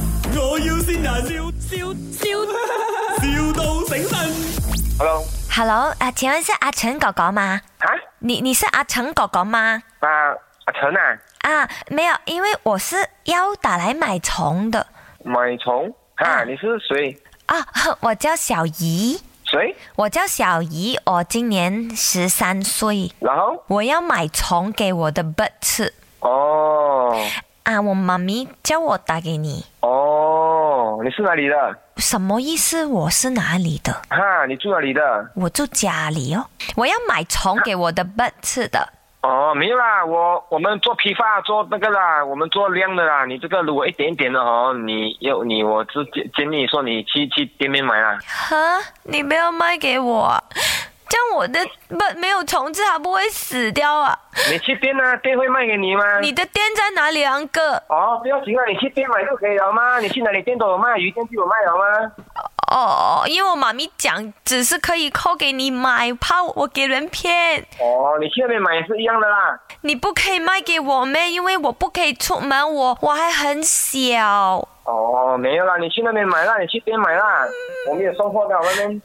要先人，笑笑笑，,笑到醒神。 Hello， Hello，啊，请问是阿成狗狗吗？啊你你是阿成狗狗吗？啊，阿陈啊，啊，没有，因为我是要打来买虫的买虫啊，啊你是谁？啊。 我叫小怡，谁？我叫小怡，我今年十三岁，然后我要买虫给我的 bird 吃哦啊。我妈咪叫我打给你，哦，你是哪里的？什么意思？我是哪里的？哈、你住哪里的？我住家里哦。我要买虫给我的 bird 吃的。哦，没有啦，我我们做批发做那个啦，我们做量的啦。你这个如果一点一点的哦，你要你我直接建议说你去去店面买 啦。哈，你不要卖给我、啊，这样我的 bird 没有虫子还不会死掉啊？你去店啊，店会卖给你吗？你的店在哪里啊，哥？哦，不要紧啊，你去店买就可以了吗？你去哪里店都有卖，鱼店就有卖了吗？哦，因为我妈咪讲，只是可以扣给你买，怕我给人骗。哦，你去那边买也是一样的啦。你不可以卖给我咩？因为我不可以出门，我我还很小。哦，没有啦，你去那边买啦，你去店买啦，我们有送货的，外面。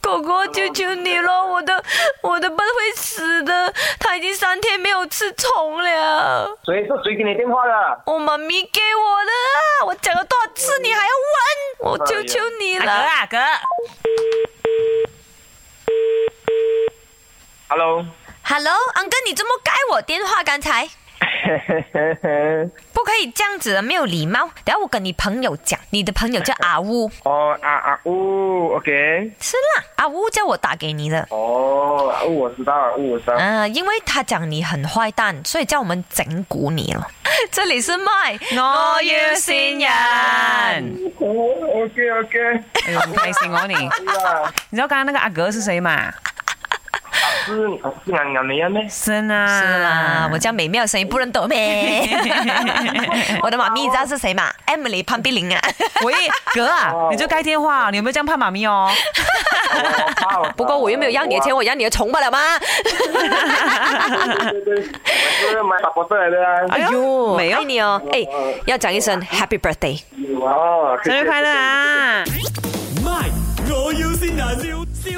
狗狗，求求你了，我的我的笨会死的，它已经三天没有吃虫了。谁是谁给你电话的？我哦妈咪给我的啊，我讲了多少次你还要问？我求求你了。阿哥啊哥， Hello， Hello，安哥，你怎么改我电话？刚才不可以这样子的，没有礼貌。等下我跟你朋友讲，你的朋友叫阿乌，哦啊啊呜，OK，是啦，阿乌叫我打给你的。哦，啊呜我知道，啊呜我知道，啊，因为他讲你很坏蛋，所以叫我们整蛊你了。 这里是麦，我要善人。哦，OK OK，哎呦，你提醒我你，你知道刚刚那个阿哥是谁吗？是是俺俺的呀咩？是啦，是啊啦，我叫美妙声音不认得 咩？我的妈咪，你知道是谁吗？Emily 潘碧玲啊。喂，哥啊，你就该电话，你有没有这样怕妈咪哦？ 不过我又没有要你的钱，我要你的虫罢了吗？对对对，我是买打包来的啊。哎呦，没有爱，你哦，哎，要讲一声 Happy Birthday。哦，生日快乐啊！ My，我要先人，笑笑